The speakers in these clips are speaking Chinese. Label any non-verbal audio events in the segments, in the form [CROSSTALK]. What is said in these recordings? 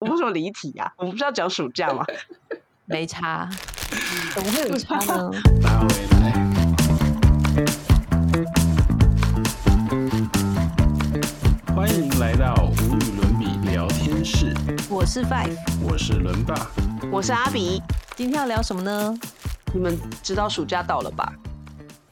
我为什么离题啊呀、我们不是要讲暑假吗？没差，怎么会有差呢？拉回来。欢迎来到无与伦比聊天室， [LAUGHS] 我是 Five，我是伦爸。我是阿比，今天要聊什么呢？你们知道暑假到了吧？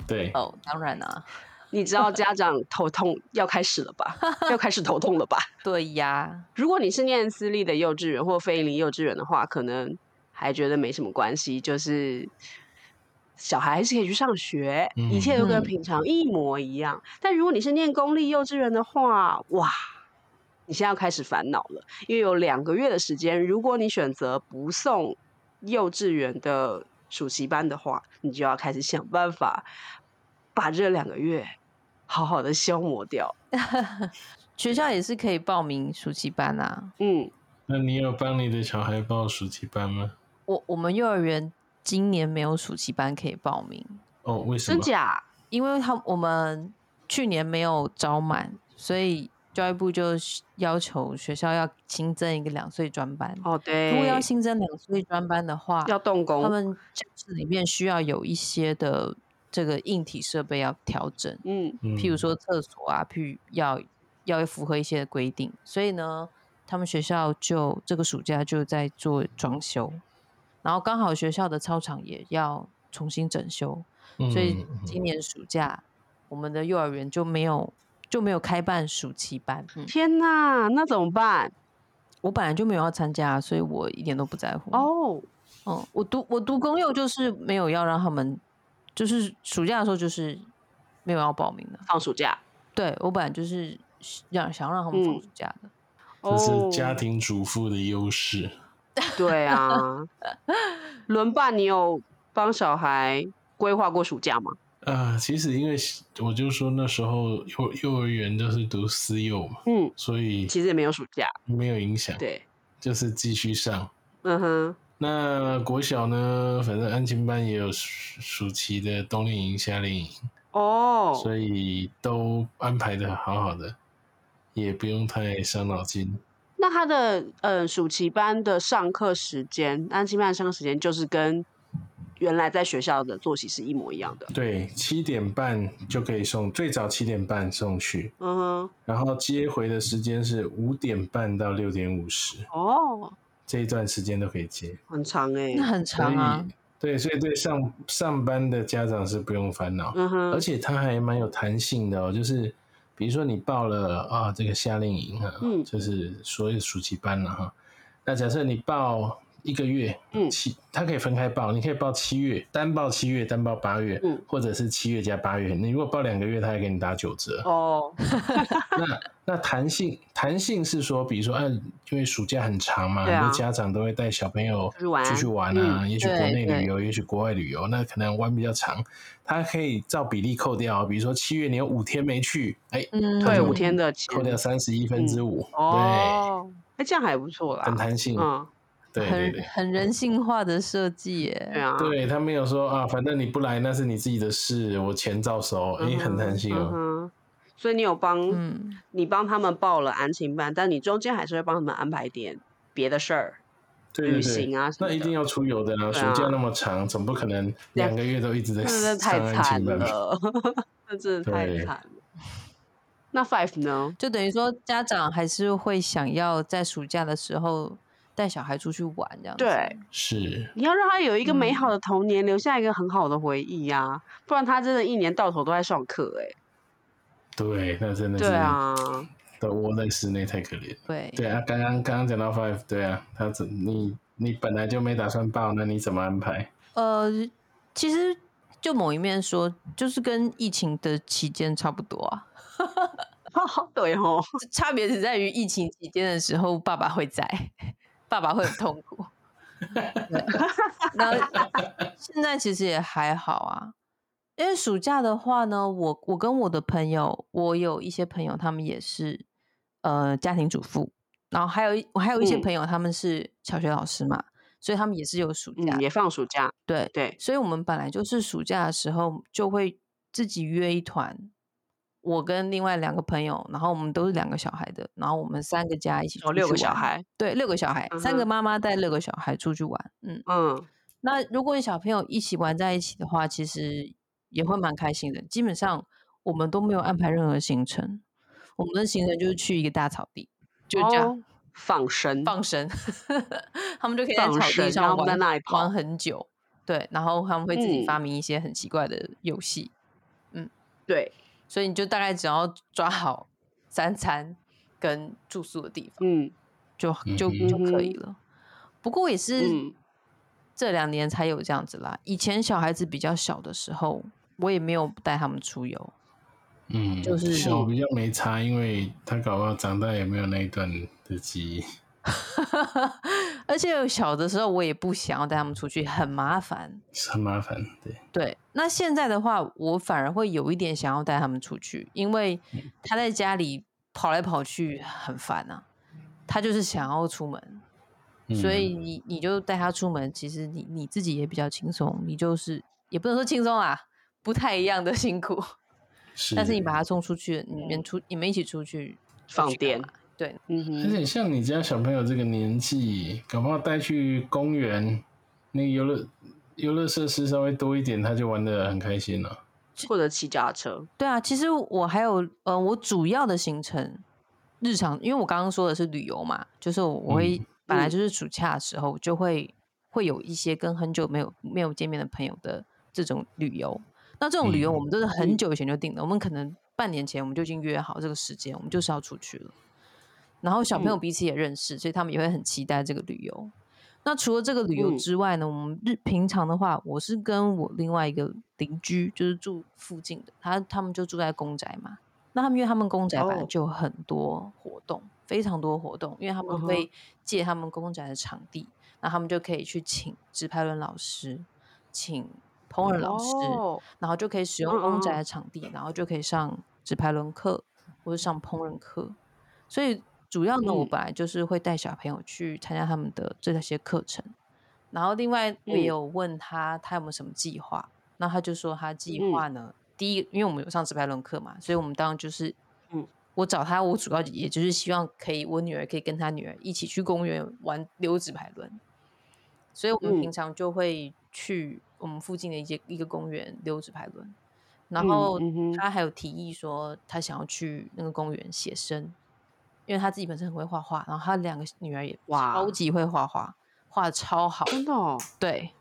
对，哦，当然啊，你知道家长头痛要开始了吧？要开始头痛了吧？对呀， [LAUGHS] 如果你是念私立的幼稚园或非营利幼稚园的话，可能还觉得没什么关系，就是小孩还是可以去上学，一切都跟嗯平常一模一样。但如果你是念公立幼稚园的话，哇，你现在要开始烦恼了，因为有两个月的时间，如果你选择不送幼稚园的暑期班的话，你就要开始想办法把这两个月好好的消磨掉。学校也是可以报名暑期班啊。嗯，那你有帮你的小孩报暑期班吗？我我们幼儿园今年没有暑期班可以报名，哦，为什真么？假？因为他我们去年没有招满，所以教育部就要求学校要新增一个两岁专班。哦，对，如果要新增两岁专班的话，要动工，哦他们教室里面需要有一些的这个硬体设备要调整。嗯。嗯譬如，说厕所啊，譬如要要符合一些规定，所以呢，他们学校就这个暑假就在做装修，然后刚好学校的操场也要重新整修，所以嗯嗯今年暑假我们的幼儿园就没有就没有开办暑期班。嗯，天呐，那怎么办？我本来就没有要参加，啊所以我一点都不在乎。哦，嗯，我读我读公幼就是没有要让他们，就是暑假的时候就是没有要报名的。放暑假，对我本来就是让想让他们嗯放暑假的。这哦是家庭主妇的优势。对 [LAUGHS] 啊。轮爸，你有帮小孩规划过暑假吗？啊、其实因为我就说那时候幼幼儿园就是读私幼嘛，嗯，所以其实也没有暑假，没有影响，对，就是继续上。嗯哼，那国小呢，反正安亲班也有暑暑期的冬令营、夏令营，哦，所以都安排的好好的，也不用太伤脑筋。那他的呃暑期班的上课时间，安亲班的上课时间就是跟原来在学校的作息是一模一样的。对，七点半就可以送，最早七点半送去，嗯然后接回的时间是五点半到六点五十，哼，哦，这一段时间都可以接。很长哎、那很所长以啊，对，所以对上上班的家长是不用烦恼，嗯而哼，且它还蛮有弹性的哦，就是比如说你报了啊这个夏令营啊，嗯就是所有暑期班了、哈。那假设你报一个月，嗯七它可以分开报，你可以报七月，单报七月，单报八月，嗯或者是七月加八月。你如果报两个月，它还给你打九折。哦，那那弹性弹性是说，比如说，嗯、因为暑假很长嘛，对啊很多家长都会带小朋友出去玩嗯出去玩啊，也许国内对对旅游，也许国外旅游，那可能玩比较长，他可以照比例扣掉，啊比如说七月你有五天没去，哎、嗯， [LAUGHS] [LAUGHS] 退对五天的钱扣，掉三十一分之五，嗯哦，哎、这样还不错对，很啦，弹性，嗯，对对很对。很人性化的设计耶。对啊，对他没有说啊，反正你不来那是你自己的事，我钱照收，哎、嗯哼很弹性嗯哦。哼所以你有帮、嗯，你帮他们报了安亲班，但你中间还是会帮他们安排点别的事儿，对对旅对，行啊什么那的。一定要出游的啊，暑对啊假那么长，总不可能两个月都一直在真的太上岸惨亲班吧了， [LAUGHS] 那真的太对惨了。那 Five 呢？就等于说家长还是会想要在暑假的时候带小孩出去玩这样子。对，是，你要让他有一个美好嗯的童年，留下一个很好的回忆呀、不然他真的一年到头都在上课、欸，对，那真的是对啊，都窝在室内太可怜了。对对啊，刚刚刚刚讲到 Five，对啊，他怎你你本来就没打算报，那你怎么安排？呃，其实就某一面说，就是跟疫情的期间差不多啊， [LAUGHS] 对哦，差别只在于疫情期间的时候爸爸会在，爸爸会很痛苦。对然后现在其实也还好啊，因为暑假的话呢，我我跟我的朋友，我有一些朋友他们也是呃家庭主妇，然后还有一我还有一些嗯朋友他们是小学老师嘛，所以他们也是有暑假嗯，，也放暑假，对，对，所以我们本来就是暑假的时候就会自己约一团，我跟另外两个朋友，然后我们都是两个小孩的，然后我们三个家一起有哦六出个去小玩，孩，对，六个小孩，三个嗯哼妈妈带六个小孩出去玩，嗯，嗯，那如果小朋友一起玩在一起的话，其实也会蛮开心的。基本上我们都没有安排任何行程，我们的行程就是去一个大草地，就这样、哦放生，放生，他们就可以在嗯放草生地然上后在玩那里跑玩很久。对，然后他们会自己发嗯明一些很奇怪的游戏，对，所以你就大概只要抓好三餐跟住宿的地方。嗯就就就可以嗯了。不过也是嗯这两年才有这样子啦。以前小孩子比较小的时候，我也没有带他们出游。 [LAUGHS] 嗯，就是小比较没差，因为他搞不好长大也没有那一段的记忆。而且小的时候我也不想要带他们出去，很麻烦。是很麻烦，对，对，那现在的话，我反而会有一点想要带他们出去，因为嗯他在家里跑来跑去很烦啊。他就是想要出门，嗯所以你你就带他出门，其实你你自己也比较轻松，你就是也不能说轻松啦，不太一样的 [LAUGHS] 辛苦。是，但是你把它送出去，你们出你们一起出去放电电，对，嗯而哼，且像你家小朋友这个年纪，搞不好带去公园，那个游乐游乐设施稍微多一点，他就玩的很开心了。或者骑脚踏车，对啊。其实我还有呃，我主要的行程日常，因为我刚刚说的是旅游嘛，就是我我会、嗯本来嗯就是暑假的时候就会会有一些跟很久没有没有见面的朋友的这种旅游。那这种旅游嗯我们都是很久以前就定的，我们可能半年前我们就已经约好这个时间，我们就是要出去了。然后小朋友嗯彼此也认识，所以他们也会很期待这个旅游。那除了这个旅游嗯之外呢，我们日平常的话，我是跟我另外一个邻居，就是住附近的，他他们就住在公宅嘛。那他们因为他们公宅本来哦就有很多活动，非常多活动，因为他嗯们哼会借他们公宅的场地，那他们就可以去请直排轮老师，请烹饪老师，哦，然后就可以使用嗯公嗯宅嗯的场地，然后就可以上直排轮课或者上烹饪课。所以主要呢，我嗯本来就是会带小朋友去参加他们的这些课程，然后另外我嗯也有问他他有没有什么计划，那他就说他计嗯划呢，第一，因为我们有上直排轮课嘛，所以我们当然就是，嗯我找他，我主要也就是希望可以我女儿可以跟她女儿一起去公园玩溜直排轮，所以我们嗯平常就会去我们附近的一些一个公园溜直排轮，然嗯后嗯哼他还有提议说他想要去那个公园写生，因为他自己本身很会画画，然后他两个女儿也超哇级会画画，画的超好，真的哦，对，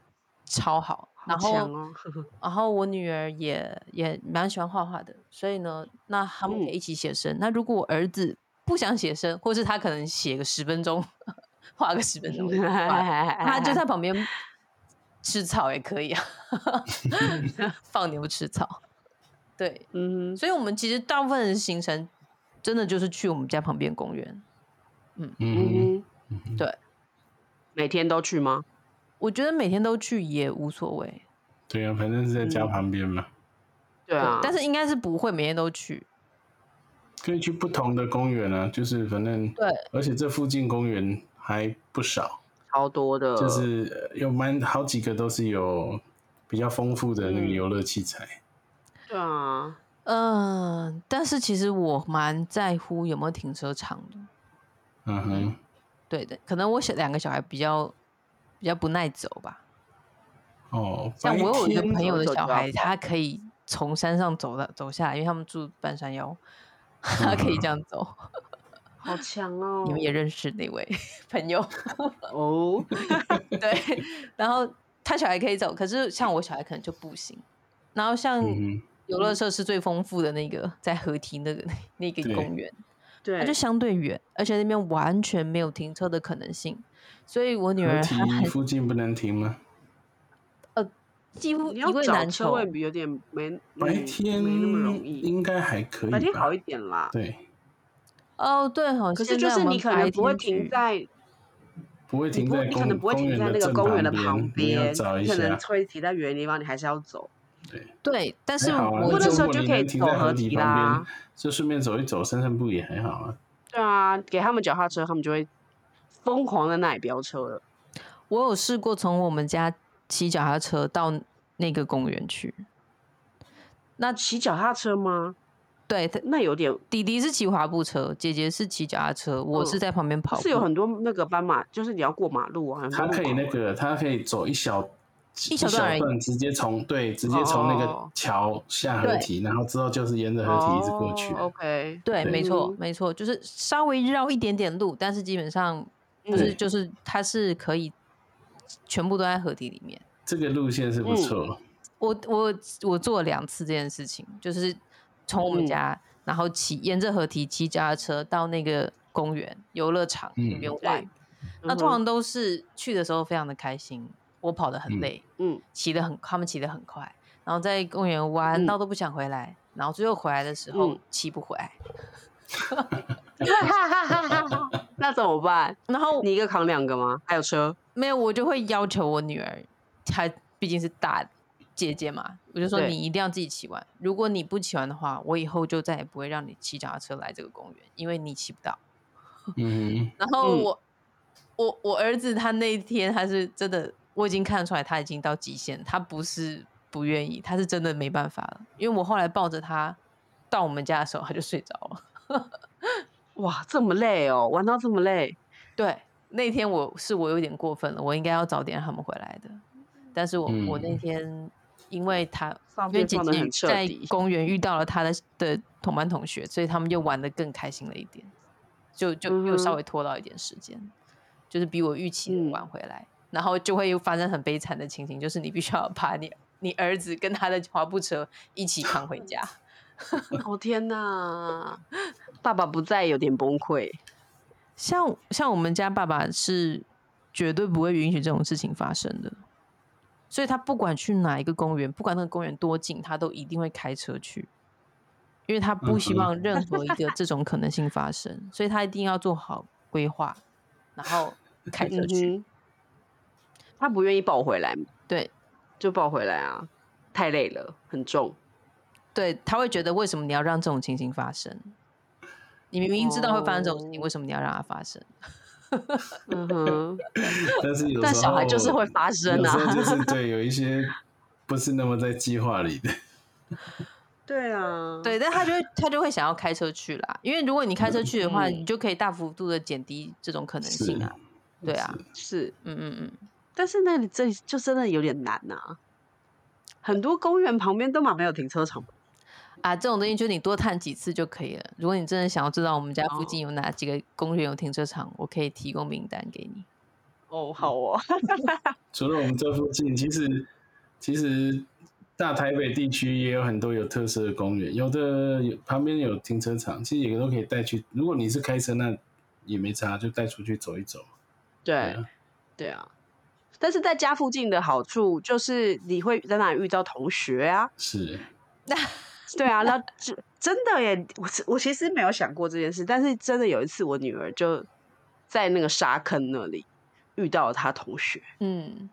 超好。好 [LAUGHS] 然后强哦， [LAUGHS] 然后我女儿也也蛮喜欢画画的，所以呢，那他们可以嗯一起写生。那如果我儿子不想写生，或是他可能写个十分钟， [LAUGHS] 画个十分钟也不啊画， [LAUGHS] 他就 [LAUGHS] 在旁边吃草也可以啊， [LAUGHS] 放牛吃草。对，嗯哼，所以我们其实大部分的行程真的就是去我们家旁边公园。嗯嗯哼，哼，嗯哼对，每天都去吗？我觉得每天都去也无所谓，对啊，反正是在嗯家旁边嘛，对对啊，但是应该是不会每天都去。可以去不同的公园啊，就是反正，对，而且这附近公园还不少，超多的，就是呃有蛮好几个都是有比较丰富的那个嗯游乐器材。对啊，嗯、但是其实我蛮在乎有没有停车场的。嗯哼，对的，可能我小两个小孩比较比较不耐走吧。哦，像我有一个白天朋友的走一走小就要孩，他可以从山上走的走下来，因为他们住半山腰， [LAUGHS] 他可以嗯这样走。好强哦，你们也认识那位 [LAUGHS] 朋友，哦， [LAUGHS] 对。然后他小孩可以走，可是像我小孩可能就不行。然后像嗯哼，游乐设施最丰富的那个，在河堤那个那个对公园，它对就，相对远，而且那边完全没有停车的可能性，所以我女合儿她体很附近不能停吗？几乎你一要位找难车求位。有点没白嗯天没那么容易，应该还可以吧，白天好一点啦。对，哦，对哦，可是现就在我是们你可白能不会天停去在，不会你停不在会，你可能公不会停公园在的那个正公园的旁边，你要边，找一你可能下。会停在远的地方，你还是要走。对，但是还好啊，我或者就说如果你就可以能停在走河河堤堤旁啦边，就顺便走一走，散散步也还好啊。对啊，给他们脚踏车，他们就会疯狂的那里飙车了。我有试过从我们家骑脚踏车到那个公园去，那骑脚踏车吗？对，他那有点弟弟是骑滑步车，姐姐是骑脚踏车，我是嗯在旁边跑步。是有很多那个斑马，就是你要过马路啊，很多他路可以口那个，他可以走一小一小段而已段，直接从对，直接从那个哦桥下河堤，然后之后就是沿着河堤一直过去。哦 OK，对，没错嗯，没错，就是稍微绕一点点路，但是基本上嗯就对是就是它是可以全部都在河堤里面。这个路线是嗯不错，我我我做了两次这件事情，就是从我们嗯家，然后骑沿着河堤骑脚踏车到那个公园游乐场里嗯面对玩。那嗯通哼常都是去的时候非常的开心，我跑得很嗯累，嗯，骑得很，他们骑得很快，然后在公园玩嗯到都不想回来，然后最后回来的时候嗯骑不回来， [LAUGHS] 那怎么办？然后你一个扛两个吗？还有车？没有我就会要求我女儿，她毕竟是大姐姐嘛，我就说对你一定要自己骑完，如果你不骑完的话，我以后就再也不会让你骑脚踏车来这个公园，因为你骑不到。嗯，然后嗯我、我我儿子他那一天他是真的，我已经看出来他已经到极限，他不是不愿意，他是真的没办法了。因为我后来抱着他到我们家的时候，他就睡着了。 [LAUGHS] 哇，这么累哦，玩到这么累，对，那天我是我有点过分了，我应该要早点让他们回来的，但是我、我那嗯天因为他放因为电姐放的姐很彻在 [LAUGHS] 底。公园遇到了她的的同班同学，所以他们又玩的更开心了一点，就就又嗯稍哼微拖到一点时间，就是比我预期的嗯晚回来，然后就会发生很悲惨的情形，就是你必须要把你你儿子跟他的滑步车一起扛回家。哦天哪，爸爸不在有点崩溃。像像我们家爸爸是绝对不会允许这种事情发生的，所以他不管去哪一个公园，不管那个公园多近，他都一定会开车去，因为他不希嗯哼望任何一个这种可能性发生，所以他一定要做好规划，然后开车嗯去。哼，他不愿意抱回来，对就抱回来啊，太累了，很重。对，他会觉得为什么你要让这种情形发生？你明明知道会发生这种事情，哦为什么你要让它发生？嗯哼，但是有但时小孩就是候会发生有时候啊。就是对，有一些不是那么在计划里的， [LAUGHS] 对啊，对，但他就会他就会想要开车去啦，因为如果你开车去的话，你就可以大幅度的减低这种可能性啊。对啊，是，嗯嗯嗯，但是那里这里就真的有点难呐、很多公园旁边都嘛没有停车场吧，啊，这种东西就你多探几次就可以了。如果你真的想要知道我们家附近有哪几个公园有停车场，我可以提供名单给你。哦，好哦， [LAUGHS] 除了我们这附近，其实其实大台北地区也有很多有特色的公园，有的有旁边有停车场，其实也都可以带去。如果你是开车，那也没差，就带出去走一走。对啊，对啊。但是在家附近的好处就是你会在那里遇到同学啊，是， [LAUGHS] 对啊，那就真的耶，我是我其实没有想过这件事，但是真的有一次我女儿就在那个沙坑那里遇到了她同学，嗯，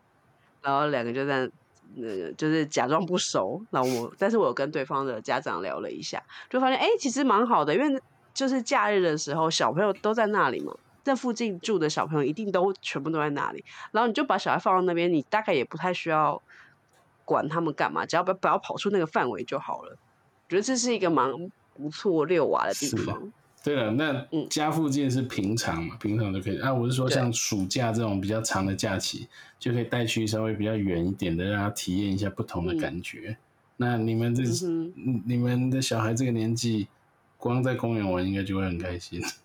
然后两个就在那个就是假装不熟，然后我但是我有跟对方的家长聊了一下，就发现哎、诶其实蛮好的，因为就是假日的时候小朋友都在那里嘛。那附近住的小朋友一定都全部都在那里，然后你就把小孩放到那边，你大概也不太需要管他们干嘛，只要不要不要跑出那个范围就好了。觉得这是一个蛮不错遛娃的地是方。对了，那嗯家附近是平常嘛，平常都可以。啊，我是说对像暑假这种比较长的假期，就可以带去稍微比较远一点的，让他体验一下不嗯同的感觉。那你们这、嗯嗯你们的小孩这个年纪，光在公园玩应该就会很开心。 [LAUGHS]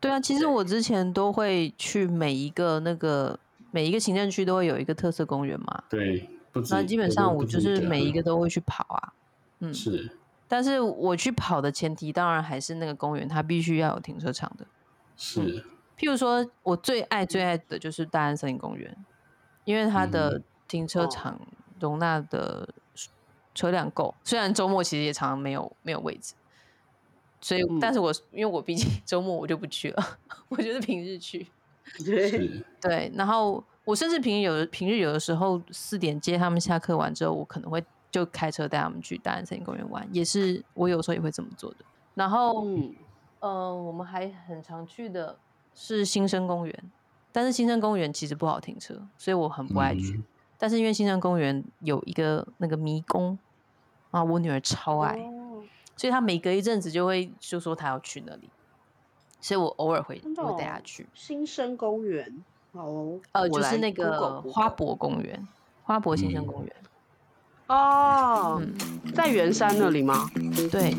对啊，其实我之前都会去每一个那个每一个行政区都会有一个特色公园嘛，对，不止。那基本上我不止就是个每一个都会去跑啊。嗯，是但是我去跑的前提当然还是那个公园它必须要有停车场的。嗯是，譬如说，我最爱最爱的就是大安森林公园，因为它的嗯停车哦场容纳的车辆够，虽然周末其实也常常没有没有位置，所以、但嗯是我因为我毕竟周末我就不去了， [LAUGHS] 我就是平日去。对，是对，然后我甚至平日有的平日有的时候四点接他们下课完之后，我可能会就开车带他们去大安森林公园玩，也是我有时候也会这么做的。然后 [LAUGHS] 嗯，呃，我们还很常去的是新生公园，但是新生公园其实不好停车，所以我很不爱去。嗯但是因为新生公园有一个那个迷宫啊，我女儿超爱，哦所以他每隔一阵子就会就说他要去那里，所以我偶尔会真的会带哦他去。新生公园，好哦，呃，我就是来那个 Google- Google 花博公园，花博新生嗯公园。哦，嗯，在圆山那里吗？对。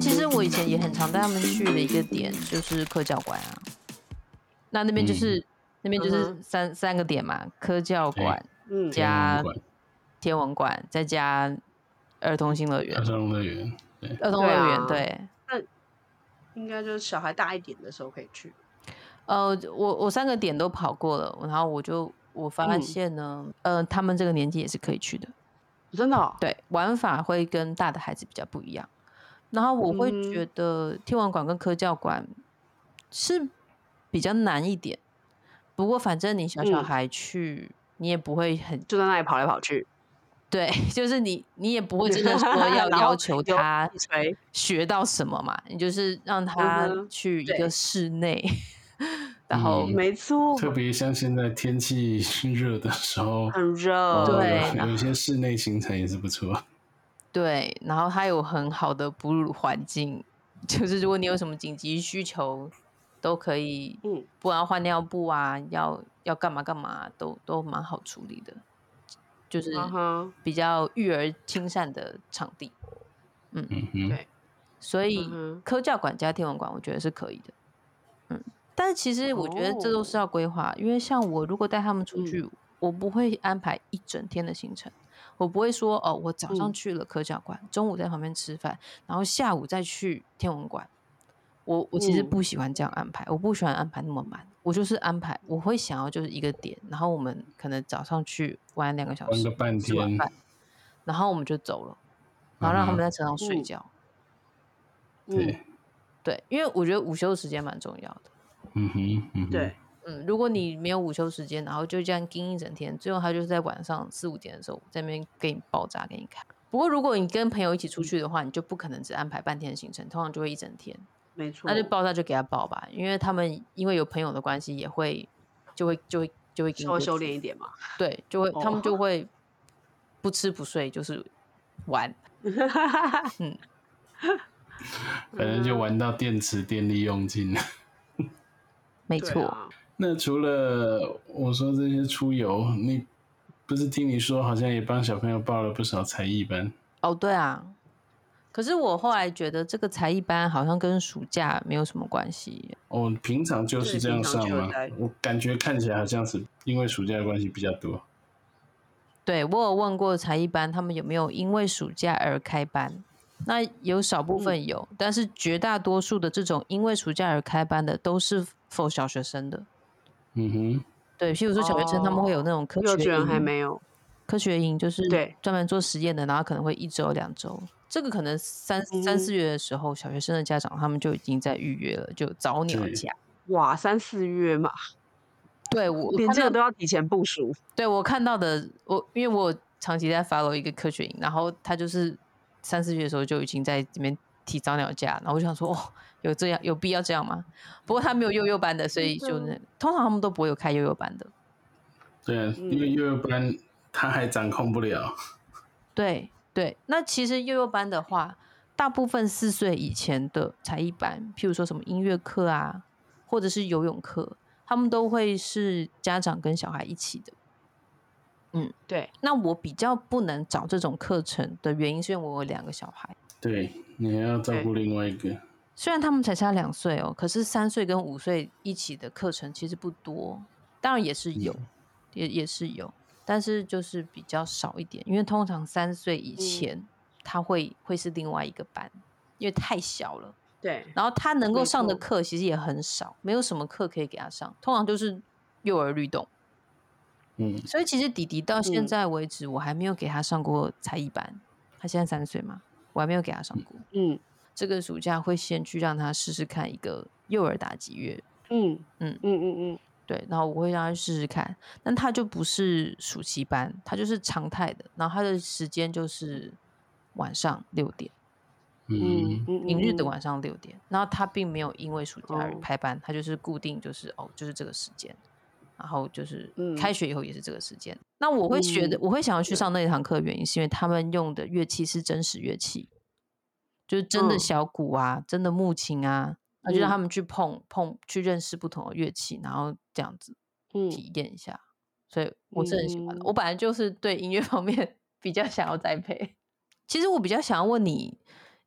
其实我以前也很常带他们去的一个点就是科教馆啊，那那边就嗯是、那边就嗯是三、三个点嘛，科教对馆嗯，天文加馆天文馆，再加儿童新乐园儿，童乐园，儿童对乐啊园对。应该就是小孩大一点的时候可以去。呃，我我三个点都跑过了，然后我就我发嗯现呢，呃，他们这个年纪也是可以去的，真的、哦，对，玩法会跟大的孩子比较不一样。然后我会觉嗯得天文馆跟科教馆是比较难一点，不过反正你小小嗯孩去，你也不会很就在那里跑来跑去，对， [LAUGHS] 就是你你也不会真 [LAUGHS] 的说要然后要求有他地锤学到什么嘛，你就是让他嗯哼去一对个室内，然后嗯没错，哦特别像现在天气热的时候，很热，哦对有有一些室内行程也是不错。对，然后它有很好的哺乳环境，就是如果你有什么紧急需求，都可以，嗯，不然要换尿布啊，要要干嘛干嘛，都都蛮好处理的，就是嗯哼比较育儿亲善的场地，嗯哼，对所以嗯哼科教馆加天文馆，我觉得是可以的，嗯，但是其实我觉得这都是要规划，因为像我如果带他们出嗯去，我不会安排一整天的行程。我不会说哦，我早上嗯去了科教馆，中午在旁边吃饭，然后下午再去天文馆。我我其实嗯不喜欢这样安排，我不喜欢安排那么满，我就是安排，我会想要就是一个点，然后我们可能早上去玩两个小玩时，个半吃晚天饭，然后我们就走了，然后让他们在车上睡嗯觉。嗯，对，对，因为我觉得午休时间蛮重要的。嗯哼，嗯哼，对，嗯，如果你没有午休时间，然后就这样盯一整天，最后他就是在晚上四五点的时候在那边给你爆炸给你看。不过如果你跟朋友一起出去的话，你就不可能只安排半天的行程，通常就会一整天。没错，那就爆炸就给他爆吧，因为他们因为有朋友的关系，也会就会就会就会给你稍微多收注敛意一点 [LAUGHS] 嘛。对，就会、他们哦就会不吃不睡，就是玩。啊反正就玩到电池电力用尽了。 [LAUGHS] 没对错，啊，那除了我说这些出游，你不是听你说好像也帮小朋友报了不少才艺班？哦，对啊。可是我后来觉得这个才艺班好像跟暑假没有什么关系。哦，平常就是这样上对平吗常就有在？我感觉看起来好像是因为暑假的关系比较多。对我有问过才艺班，他们有没有因为暑假而开班？那有少嗯部分有，但是绝大多数的这种因为暑假而开班的都是否小学生的。嗯哼，对，譬如说小学生他们会有那种科哦幼稚学园还营，没有，科学营就是对专门做实验的，然后可能会一周两周，这个可能三嗯三四月的时候，小学生的家长他们就已经在预约了，就早鸟对价。哇，三四月嘛，对我连看这到个都要提前部署，对我看到的，我因为我长期在 follow 一个科学营，然后他就是三四月的时候就已经在这边提早鸟价，然后我就想说，哦，有这样有必要这样吗？不过他没有幼幼班的，所以就那通常他们都不会有开幼幼班的。对啊，嗯因为幼儿班他还掌控不了。对对，那其实幼幼班的话，大部分四岁以前的才艺班，譬如说什么音乐课啊，或者是游泳课，他们都会是家长跟小孩一起的。对，那我比较不能找这种课程的原因，是因为我有两个小孩。对你还要照顾另外一个。虽然他们才差两岁哦，可是三岁跟五岁一起的课程其实不多，当然也是有，也也是有，但是就是比较少一点，因为通常三岁嗯以前、他会会是另外一个班，因为太小了，对，然后他能够没上的错课其实也很少，没有什么课可以给他上，通常就是幼儿律动。嗯，所以其实弟弟到现嗯在为止，我还没有给他上过才艺班，他现在三岁嘛，我还没有给他上过。嗯这个暑假会先去让他试试看一个幼儿打击乐，嗯嗯嗯嗯嗯对，然后我会让他去试试看，但他就不是暑期班，他就是常态的，然后他的时间就是晚上六点，嗯嗯，嗯，平日的嗯，晚上六点，然后他并没有因为暑假而哦开班，他就是固定就是哦就是这个时间，然后就是嗯开学以后也是这个时间。那我会学的，嗯我会想要去上那一堂课，原因是因为他们用的乐器是真实乐器，就是真的嗯小鼓啊，真的木琴啊，那就让嗯他们去碰碰，去认识不同的乐器，然后这样子嗯体验一下。所以我是很喜欢的。嗯我本来就是对音乐方面 [LAUGHS] 比较想要栽培。其实我比较想要问你，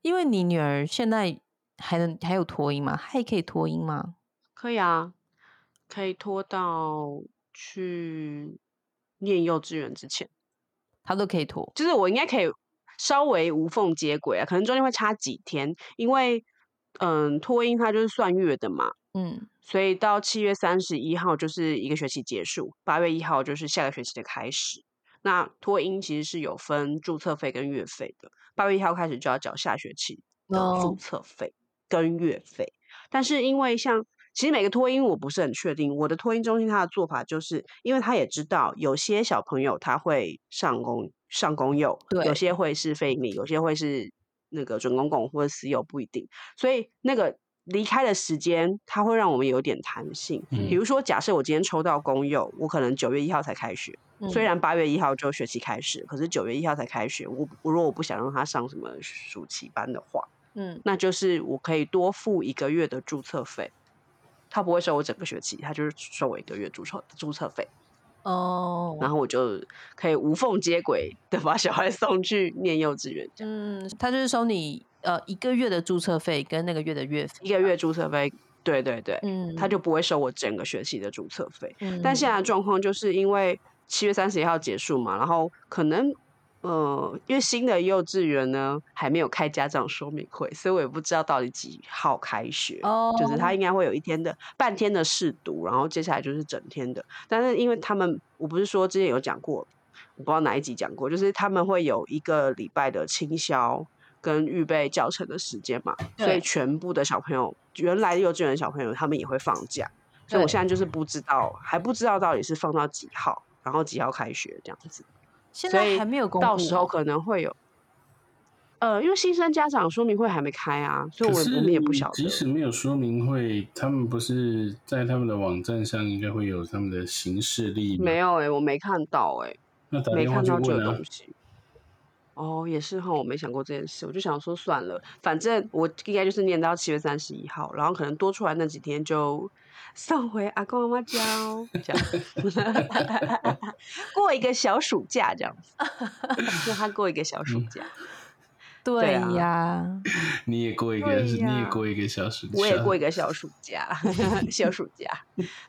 因为你女儿现在还能还有脱音吗？她也可以脱音吗？可以啊，可以拖到去念幼稚园之前，她都可以脱。就是我应该可以稍微无缝接轨啊，可能中间会差几天，因为嗯，托音它就是算月的嘛，嗯，所以到七月三十一号就是一个学期结束，八月一号就是下个学期的开始。那托音其实是有分注册费跟月费的，八月一号开始就要缴下学期的哦注册费跟月费。但是因为像其实每个托音我不是很确定，我的托音中心它的做法就是，因为他也知道有些小朋友他会上公上公幼，有对些会是非营利，有些会是那个准公共或者私有不一定，所以那个离开的时间它会让我们有点弹性。比嗯如说，假设我今天抽到公幼，我可能九月一号才开学，虽嗯然八月一号就学期开始，可是九月一号才开学，我我如果我不想让他上什么暑期班的话，嗯那就是我可以多付一个月的注册费，他不会收我整个学期，他就是收我一个月注册注册费，哦，然后我就可以无缝接轨的把小孩送去念幼稚园，这样嗯，她就是收你呃一个月的注册费跟那个月的月费，一个月注册费，对对对，嗯，他就不会收我整个学期的注册费。但现嗯在的状况就是因为七月三十一号结束嘛，然后可能呃，因为新的幼稚园呢还没有开家长说明会，所以我也不知道到底几号开学。哦，就是他应该会有一天的半天的试读，然后接下来就是整天的。但是因为他们，我不是说之前有讲过，我不知道哪一集讲过，就是他们会有一个礼拜的清消跟预备教程的时间嘛，所以对全部的小朋友，原来幼稚园的小朋友他们也会放假，所以我对现在就是不知道，还不知道到底是放到几号，然后几号开学这样子，现所在以还没有公布哦，到时候可能会有。呃，因为新生家长说明会还没开啊，所以可我是我们也不晓得。即使没有说明会，他们不是在他们的网站上应该会有他们的行事历吗没？有哎、我没看到哎、那打没电话看去到这问个啊东。西。哦，也是哈，我没想过这件事，我就想说算了，反正我应该就是念到七月三十一号，然后可能多出来那几天就送回阿公阿妈家哦，这样 [LAUGHS] 过一个小暑假这样子， [LAUGHS] 让他过一个小暑嗯假，对啊呀，你也过一个，对你呀也过一个小时，我也过一个，个小暑假， [LAUGHS] 小暑假。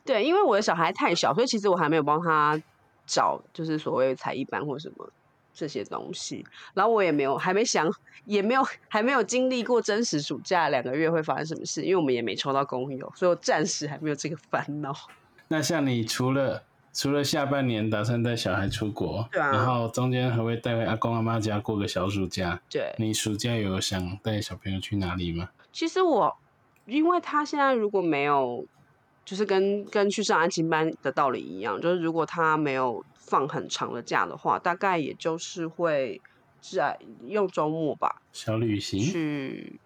对，因为我的小孩太小，所以其实我还没有帮他找，就是所谓才艺班或什么这些东西。然后我也没有，还没想，也没有，还没有经历过真实暑假两个月会发生什么事，因为我们也没抽到公友，所以我暂时还没有这个烦恼。那像你除了除了下半年打算带小孩出国，对啊然后中间还会带回阿公阿妈家过个小暑假。对，你暑假有想带小朋友去哪里吗？其实我，因为他现在如果没有，就是跟跟去上安亲班的道理一样，就是如果他没有放很长的假的话，大概也就是会在用周末吧小旅行？去。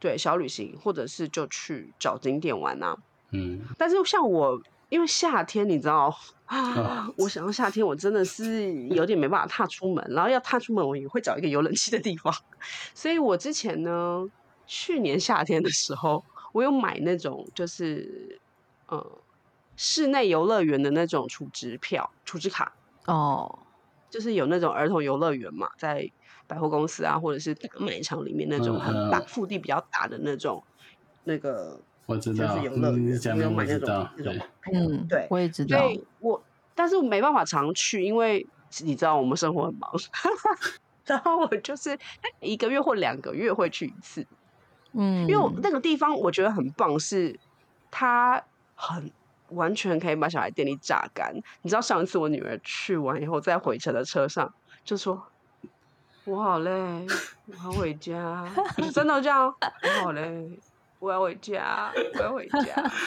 对小旅行，或者是就去找景点玩啊。嗯，但是像我，因为夏天你知道，啊 [SIGHS] 我想到夏天我真的是有点没办法踏出门，然后要踏出门我也会找一个有冷气的地方， [LAUGHS] 所以我之前呢，去年夏天的时候，我有买那种就是呃室内游乐园的那种储值票、储值卡，哦，就是有那种儿童游乐园嘛，在百货公司啊，或者是大卖场里面那种嗯很大、嗯腹地比较大的那种那个我知就道嗯是，游乐啊你园，讲我的有我买那知种道，那种对，卡片嗯，对我也知所道，以我但是我没办法常去，因为你知道我们生活很忙， [LAUGHS] 然后我就是一个月或两个月会去一次，嗯，因为我那个地方我觉得很棒，是它很。完全可以把小孩电力榨干。你知道上一次我女儿去完以后，在回程的车上就说：“我好累，我要回家。”真的这样，我好累，我要回家，我要回家，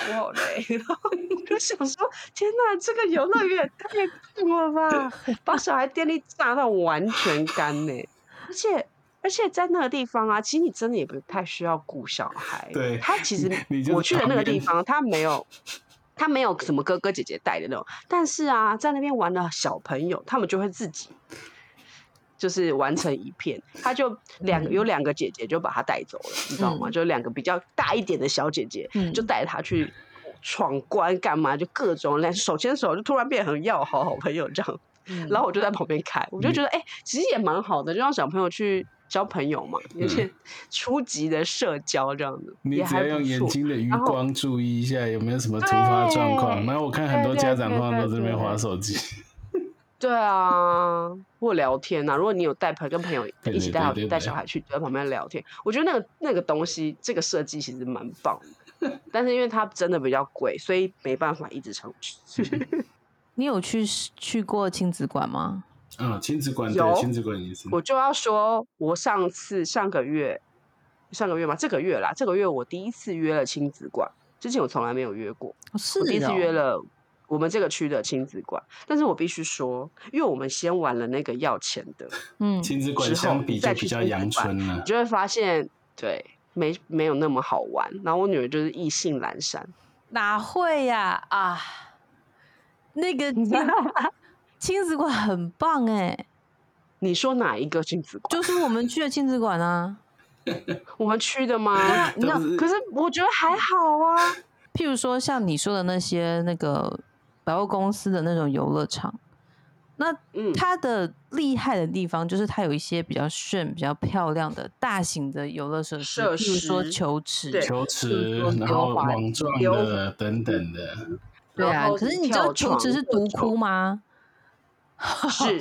我好累。 [LAUGHS] 然后我就想说，天哪，这个游乐园太棒了吧，把小孩电力榨到完全干呢、而且。而且在那个地方啊，其实你真的也不太需要顾小孩。对他其实你就是我去的那个旁边地方，他没有，他没有什么哥哥姐姐带的那种。但是啊，在那边玩的小朋友，他们就会自己就是玩成一片。他就两有两个姐姐就把他带走了，你知道吗？嗯就两个比较大一点的小姐姐，嗯就带他去闯关干嘛，就各种两手牵手，就突然变很要好好朋友这样。嗯然后我就在旁边看，嗯我就觉得哎、其实也蛮好的，就让小朋友去交朋友嘛，有些初级的社交这样子，嗯你也只还要不用眼错。睛的余然后光注意一下有没有什么突发状况。对然后我看很多对对家长对通常都对在那边对划 [LAUGHS] 手机，对啊，或聊天啊。如果你有带朋友跟朋友对一起对带好对对带对小孩去，就在旁边聊天，我觉得那个那个东西，这个设计其实蛮棒的但是因为它真的比较贵，所以没办法一直常 [LAUGHS] 去。你有去去过亲子馆吗？嗯，亲子馆有对亲子馆也是，我就要说，我上次上个月，上个月嘛，这个月啦，这个月我第一次约了亲子馆，之前我从来没有约过。哦是我第一次哦约了我们这个区的亲子馆，但是我必须说，因为我们先玩了那个要钱的，嗯，亲子之馆后相比你再就去比较亲子阳馆春了、你就会发现，对，没没有那么好玩。然后我女儿就是意兴阑珊，哪会呀啊那个 [LAUGHS] 亲亲子馆很棒哎、你说哪一个亲子馆？就是我们去的亲子馆啊。我们区的吗？你知道都是可是我觉得还好啊。譬如说像你说的那些那个百货公司的那种游乐场，那嗯它的厉害的地方就是它有一些比较炫、比较漂亮的大型的游乐设施，设譬如说施球池，对球池就是，说然后溜滑网状溜的等等的，对然啊。后可是你知道跳球床池是各毒种窟吗？是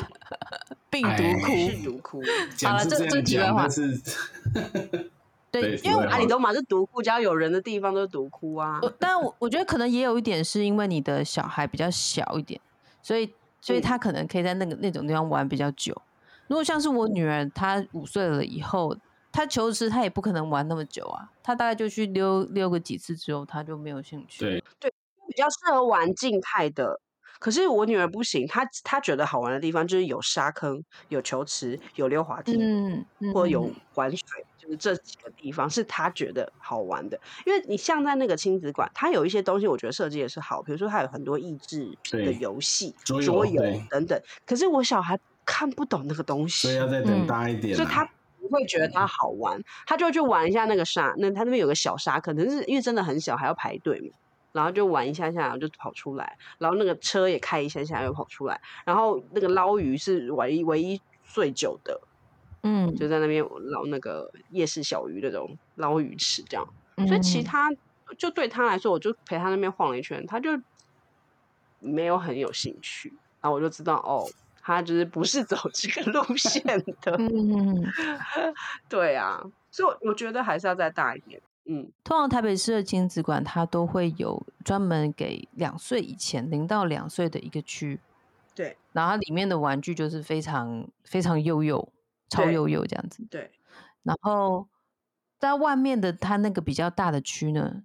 病毒哎窟。是毒窟。呃讲是这这这样题外讲，话但是对，题因为外我啊，话你懂吗？这毒窟，只要有人的地方都是毒窟啊。我但我我觉得可能也有一点是因为你的小孩比较小一点，所以所以嗯他可能可以在那个那种地方玩比较久。如果像是我女儿，她五岁了以后，她求职她也不可能玩那么久啊，她大概就去溜溜个几次之后，她就没有兴趣。对比较适合玩静态的。可是我女儿不行，她她觉得好玩的地方就是有沙坑、有球池、有溜滑梯，嗯，嗯，或有嗯玩水，就是这几个地方是她觉得好玩的。因为你像在那个亲子馆，它有一些东西，我觉得设计也是好，比如说它有很多益智的对游戏、桌桌游游对等等。可是我小孩看不懂那个东西，所以要再等大一点、啊。所以嗯他不会觉得它好玩，他就去玩一下那个沙，那他那边有个小沙坑，可能是因为真的很小，还要排队嘛。然后就玩一下下，然后就跑出来，然后那个车也开一下下又跑出来，然后那个捞鱼是唯一唯一最久的，嗯，就在那边捞那个夜市小鱼那种捞鱼池这样。所以其嗯他就对他来说，我就陪他那边晃了一圈，他就没有很有兴趣。然后我就知道哦，他就是不是走这个 [LAUGHS] 路线的。嗯嗯嗯对啊，所以我我觉得还是要再大一点。嗯，通常台北市的亲子馆，它都会有专门给两岁以前零到两岁的一个区，对然后它里面的玩具就是非常非常幼幼、超对幼幼这样子。对，然后在外面的它那个比较大的区呢，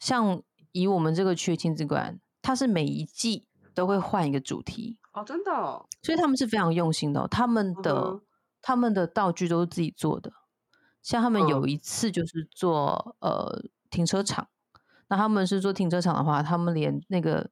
像以我们这个区的亲子馆，它是每一季都会换一个主题，哦，真的、哦，所以他们是非常用心的哦、他们的、嗯哼他们的道具都是自己做的，像他们嗯有一次就是做、呃停车场，那他们是做停车场的话，他们连那个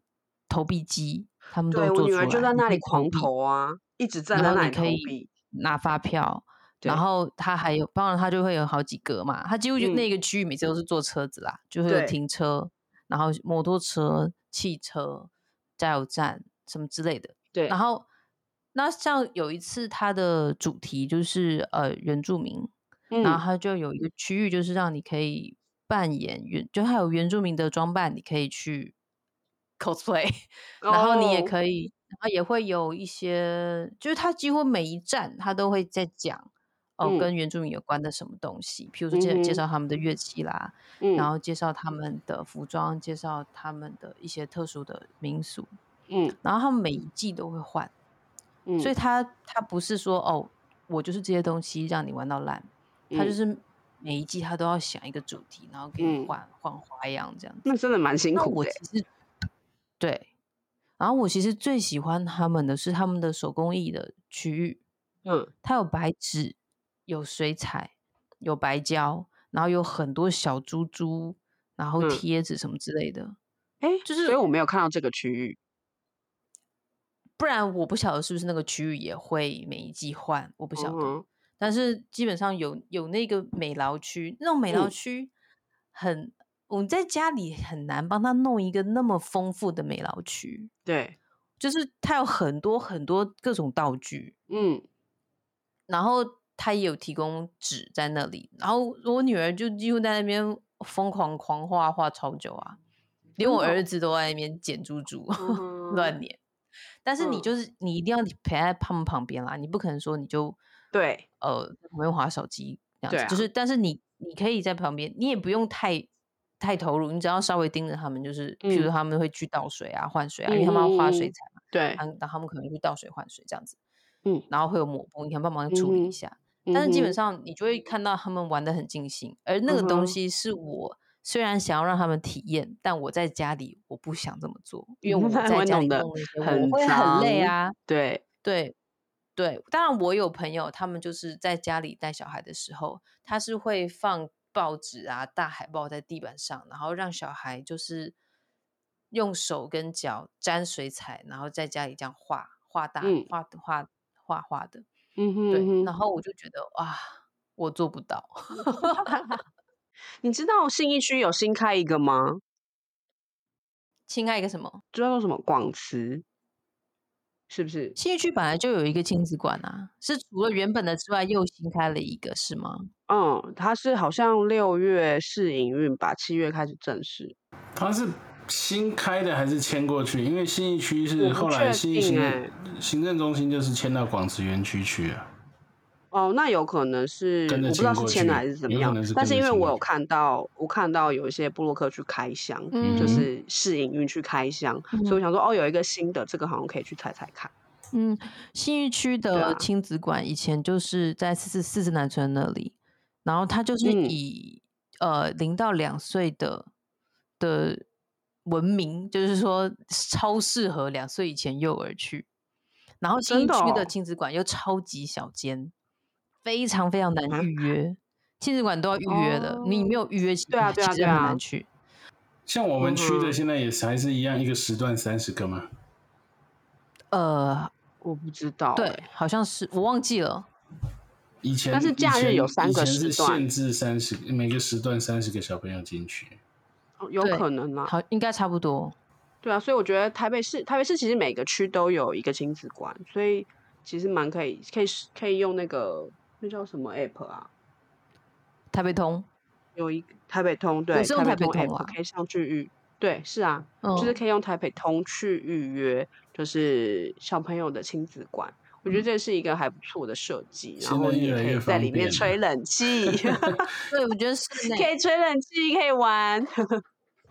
投币机他们都对我做女出儿来，就在你那可以里狂币投啊，一直站然在后那你里投可以币。拿发票，然对后他还有，当然他就会有好几格嘛，他几乎就嗯那个区域每次都是坐车子啦，就会有对停车，然后摩托车、汽车、加油站什么之类的。对，然后那像有一次他的主题就是呃原住民，然后嗯，它就有一个区域，就是让你可以扮演原，就它有原住民的装扮，你可以去 cosplay，然 [LAUGHS] 后你也哦可以，然后也会有一些，就是它几乎每一站它都会在讲哦、嗯跟原住民有关的什么东西，譬如说介介嗯哼绍他们的乐器啦，嗯，然后介绍他们的服装，介绍他们的一些特殊的民俗，嗯然后他们每一季都会换，嗯，所以他他不是说哦，我就是这些东西让你玩到烂，他就嗯是每一季他都要想一个主题，然后给你嗯换、换花样这样子。那真的蛮辛那苦我的欸。其实对，然后我其实最喜欢他们的是他们的手工艺的区域，嗯，它有白纸，有水彩，有白胶，然后有很多小珠珠，然后嗯贴纸什么之类的。哎，就是所以我没有看到这个区域。不然我不晓得是不是那个区域也会每一季换，我不晓得。嗯哼但是基本上有有那个美劳区，那种美劳嗯区很，我们在家里很难帮他弄一个那么丰富的美劳区，对，就是它有很多很多各种道具，嗯，然后他也有提供纸在那里，然后我女儿就几乎在那边疯狂狂画画超久啊，连真我的哦儿子都在那边捡珠珠。嗯 [LAUGHS] 乱粘。但是你嗯就是你一定要陪在他们旁边啦，你不可能说你就对，呃在旁边划手机这样子，对啊就是但是你你可以在旁边，你也不用太太投入，你只要稍微盯着他们，就是譬嗯如说他们会去倒水啊、换水啊，因为他们要花嗯水嗯嗯嗯彩嘛，对，然后他们可能去倒水换水这样子，嗯，然后会有抹布，你可以帮忙处嗯理一哼下，但是基嗯本哼上你就会看到他们玩的很尽兴，而那个嗯哼东西是我虽然想要让他们体验，但我在家里我不想这么做，[LAUGHS] 因为我在会家里弄得弄那些我很会很累脏啊。对，对对，当然我有朋友，他们就是在家里带小孩的时候，他是会放报纸啊、大海报在地板上，然后让小孩就是用手跟脚沾水彩，然后在家里这样画画大嗯画画画画的。嗯哼嗯对，哼然后我就觉得哇，我做不到。 [LAUGHS] 你知道信义区有新开一个吗？亲爱一个什么？知道叫什么广慈，是不是？新义区本来就有一个亲子馆啊，是除了原本的之外又新开了一个，是吗？嗯，它是好像六月试营运吧，七月开始正式。它是新开的还是迁过去？因为信义区我是不后来确信义定行欸政行政中心就是迁到广慈园区去了。哦，那有可能是我跟着不知道迁是过签的去还是怎么有可样能是，但跟是着因为迁我过有去看到，我看到有一些部落客去开箱，就嗯是试营运去开箱，所以我想说，哦，有一个新的，这个好像可以去踩踩看。嗯，新义区啊的亲子馆以前就是在四四四四南村那里，然后它就是嗯以、呃零到两岁的的闻名，就是说超适合两岁以前幼儿去。然后真新义的区哦的亲子馆又超级小间，非常非常难啊预约，亲子馆都要预约的，你没有预约其实对啊对啊其实对很啊难去。像我们区嗯的哼现在也是还是一样，一个时段三十个嘛。呃，我不知道、欸对，，好像是我忘记了。以前但是假日有以前三个以前是时段限制三十每个时段三十个小朋友进去。哦有对可能啦。好，应该差不多。对啊，所以我觉得台北市，台北市其实每个区都有一个亲子馆，所以其实蛮可以，可以是可以用那个那叫什么 app 啊？台北通，有一台北通，对，是用台台北通通啊 app 啦可以上去预，对，是啊，嗯，就是可以用台北通去预约，就是小朋友的亲子馆。我嗯觉得这是一个还不错的设计，然现后在你越也来可越以在方里面便吹了冷气，可 [LAUGHS] 对，我觉得室内以吹冷气，可以玩。 [LAUGHS]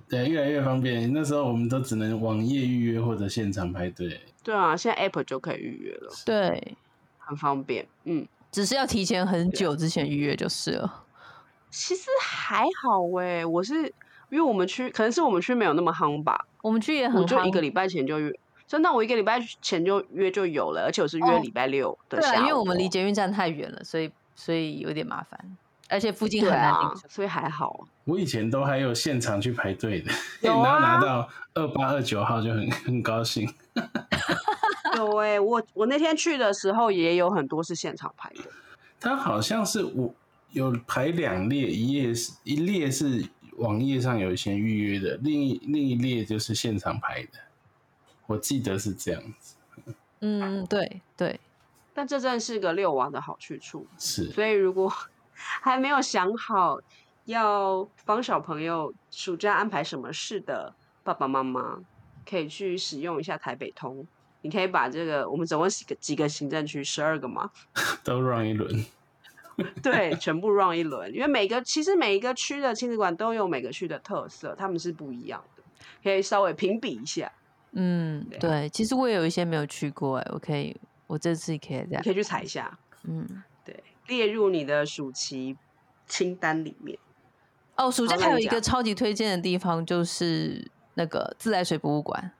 对，越来越方便。那时候我们都只能网页预约或者现场排队。对啊，现在 app 就可以预约了，对，很方便。嗯，只是要提前很对久之前预约就是了。其实还好诶、我是因为我们区可能是我们区没有那么夯吧，我们去也很我就一夯个礼拜前就约，真的我一个礼拜前就约就有了，而且我是约哦礼拜六的对下午哦、啊，因为我们离捷运站太远了，所以所以有点麻烦，而且附近对很难停啊车。，所以还好。我以前都还有现场去排队的， [LAUGHS] 有啊 [LAUGHS] 然后拿到二八二九号就很 [LAUGHS] 很高兴。有诶、我我那天去的时候也有很多是现场排的，它好像是我有排两列，一列是一列是网页上有先预约的，另一另一列就是现场排的。我记得是这样子，嗯，对对，但这正是个遛娃的好去处。是所以如果 [LAUGHS] 还没有想好要帮小朋友暑假安排什么事的爸爸妈妈，可以去使用一下台北通。你可以把这个，我们总共几个几个行政区，十二个嘛，都 run 一轮。 [LAUGHS] 对，全部 run 一轮，因为每个其实每一个区的亲子馆都有每个区的特色，他们是不一样的，可以稍微评比一下，嗯对啊对。其实我也有一些没有去过、哎，我可以，我这次可以你再可以去踩一下，嗯。对，列入你的暑期清单里面。哦，暑假好那还有你一个讲超级推荐的地方就是那个自来水博物馆，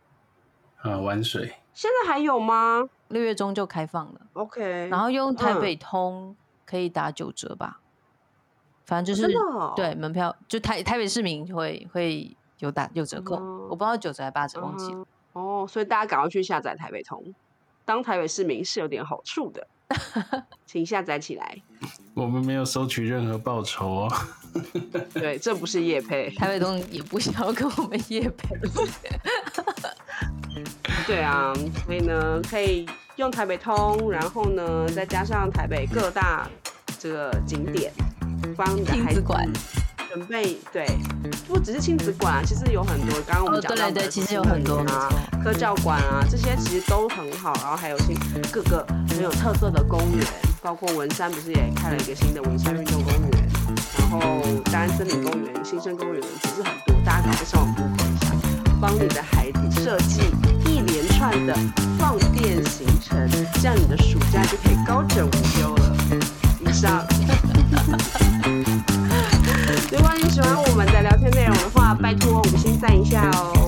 啊，玩水现在还有吗六月中就开放了。 ？OK，然后用台嗯北通可以打九折吧，反正就真是、的哦对门票，就台台北市民会会有打有折扣，我不知道九折还八折，忘记了。哦嗯哦，所以大家赶快去下载台北通，当台北市民是有点好处 [LAUGHS] 的，请下载起来。我们没有收取任何报酬哦。对，这不是夜配， [LAUGHS] 台北东也不想要跟我们夜 [LAUGHS] 配，对啊，所以呢，可以用台北通，然后呢，再加上台北各大这个景点，帮你的亲孩子子馆准备对，不只是亲子馆，其实有很多，刚刚我哦，们讲对到对的对，其实有亲子很多，没啊错，科教馆啊，这些其实都很好，然后还有新各个很有特色的公园，包括文山不是也开了一个新的文山运动公园，然后大安森林公园、新生公园其实很多，大家赶快上网 Google 一下，帮你的孩子设计一连串的放电行程，这样你的暑假就可以高枕无忧了。以上。 [LAUGHS] 如果你喜欢我们的聊天内容的话，拜托五星赞一下哦。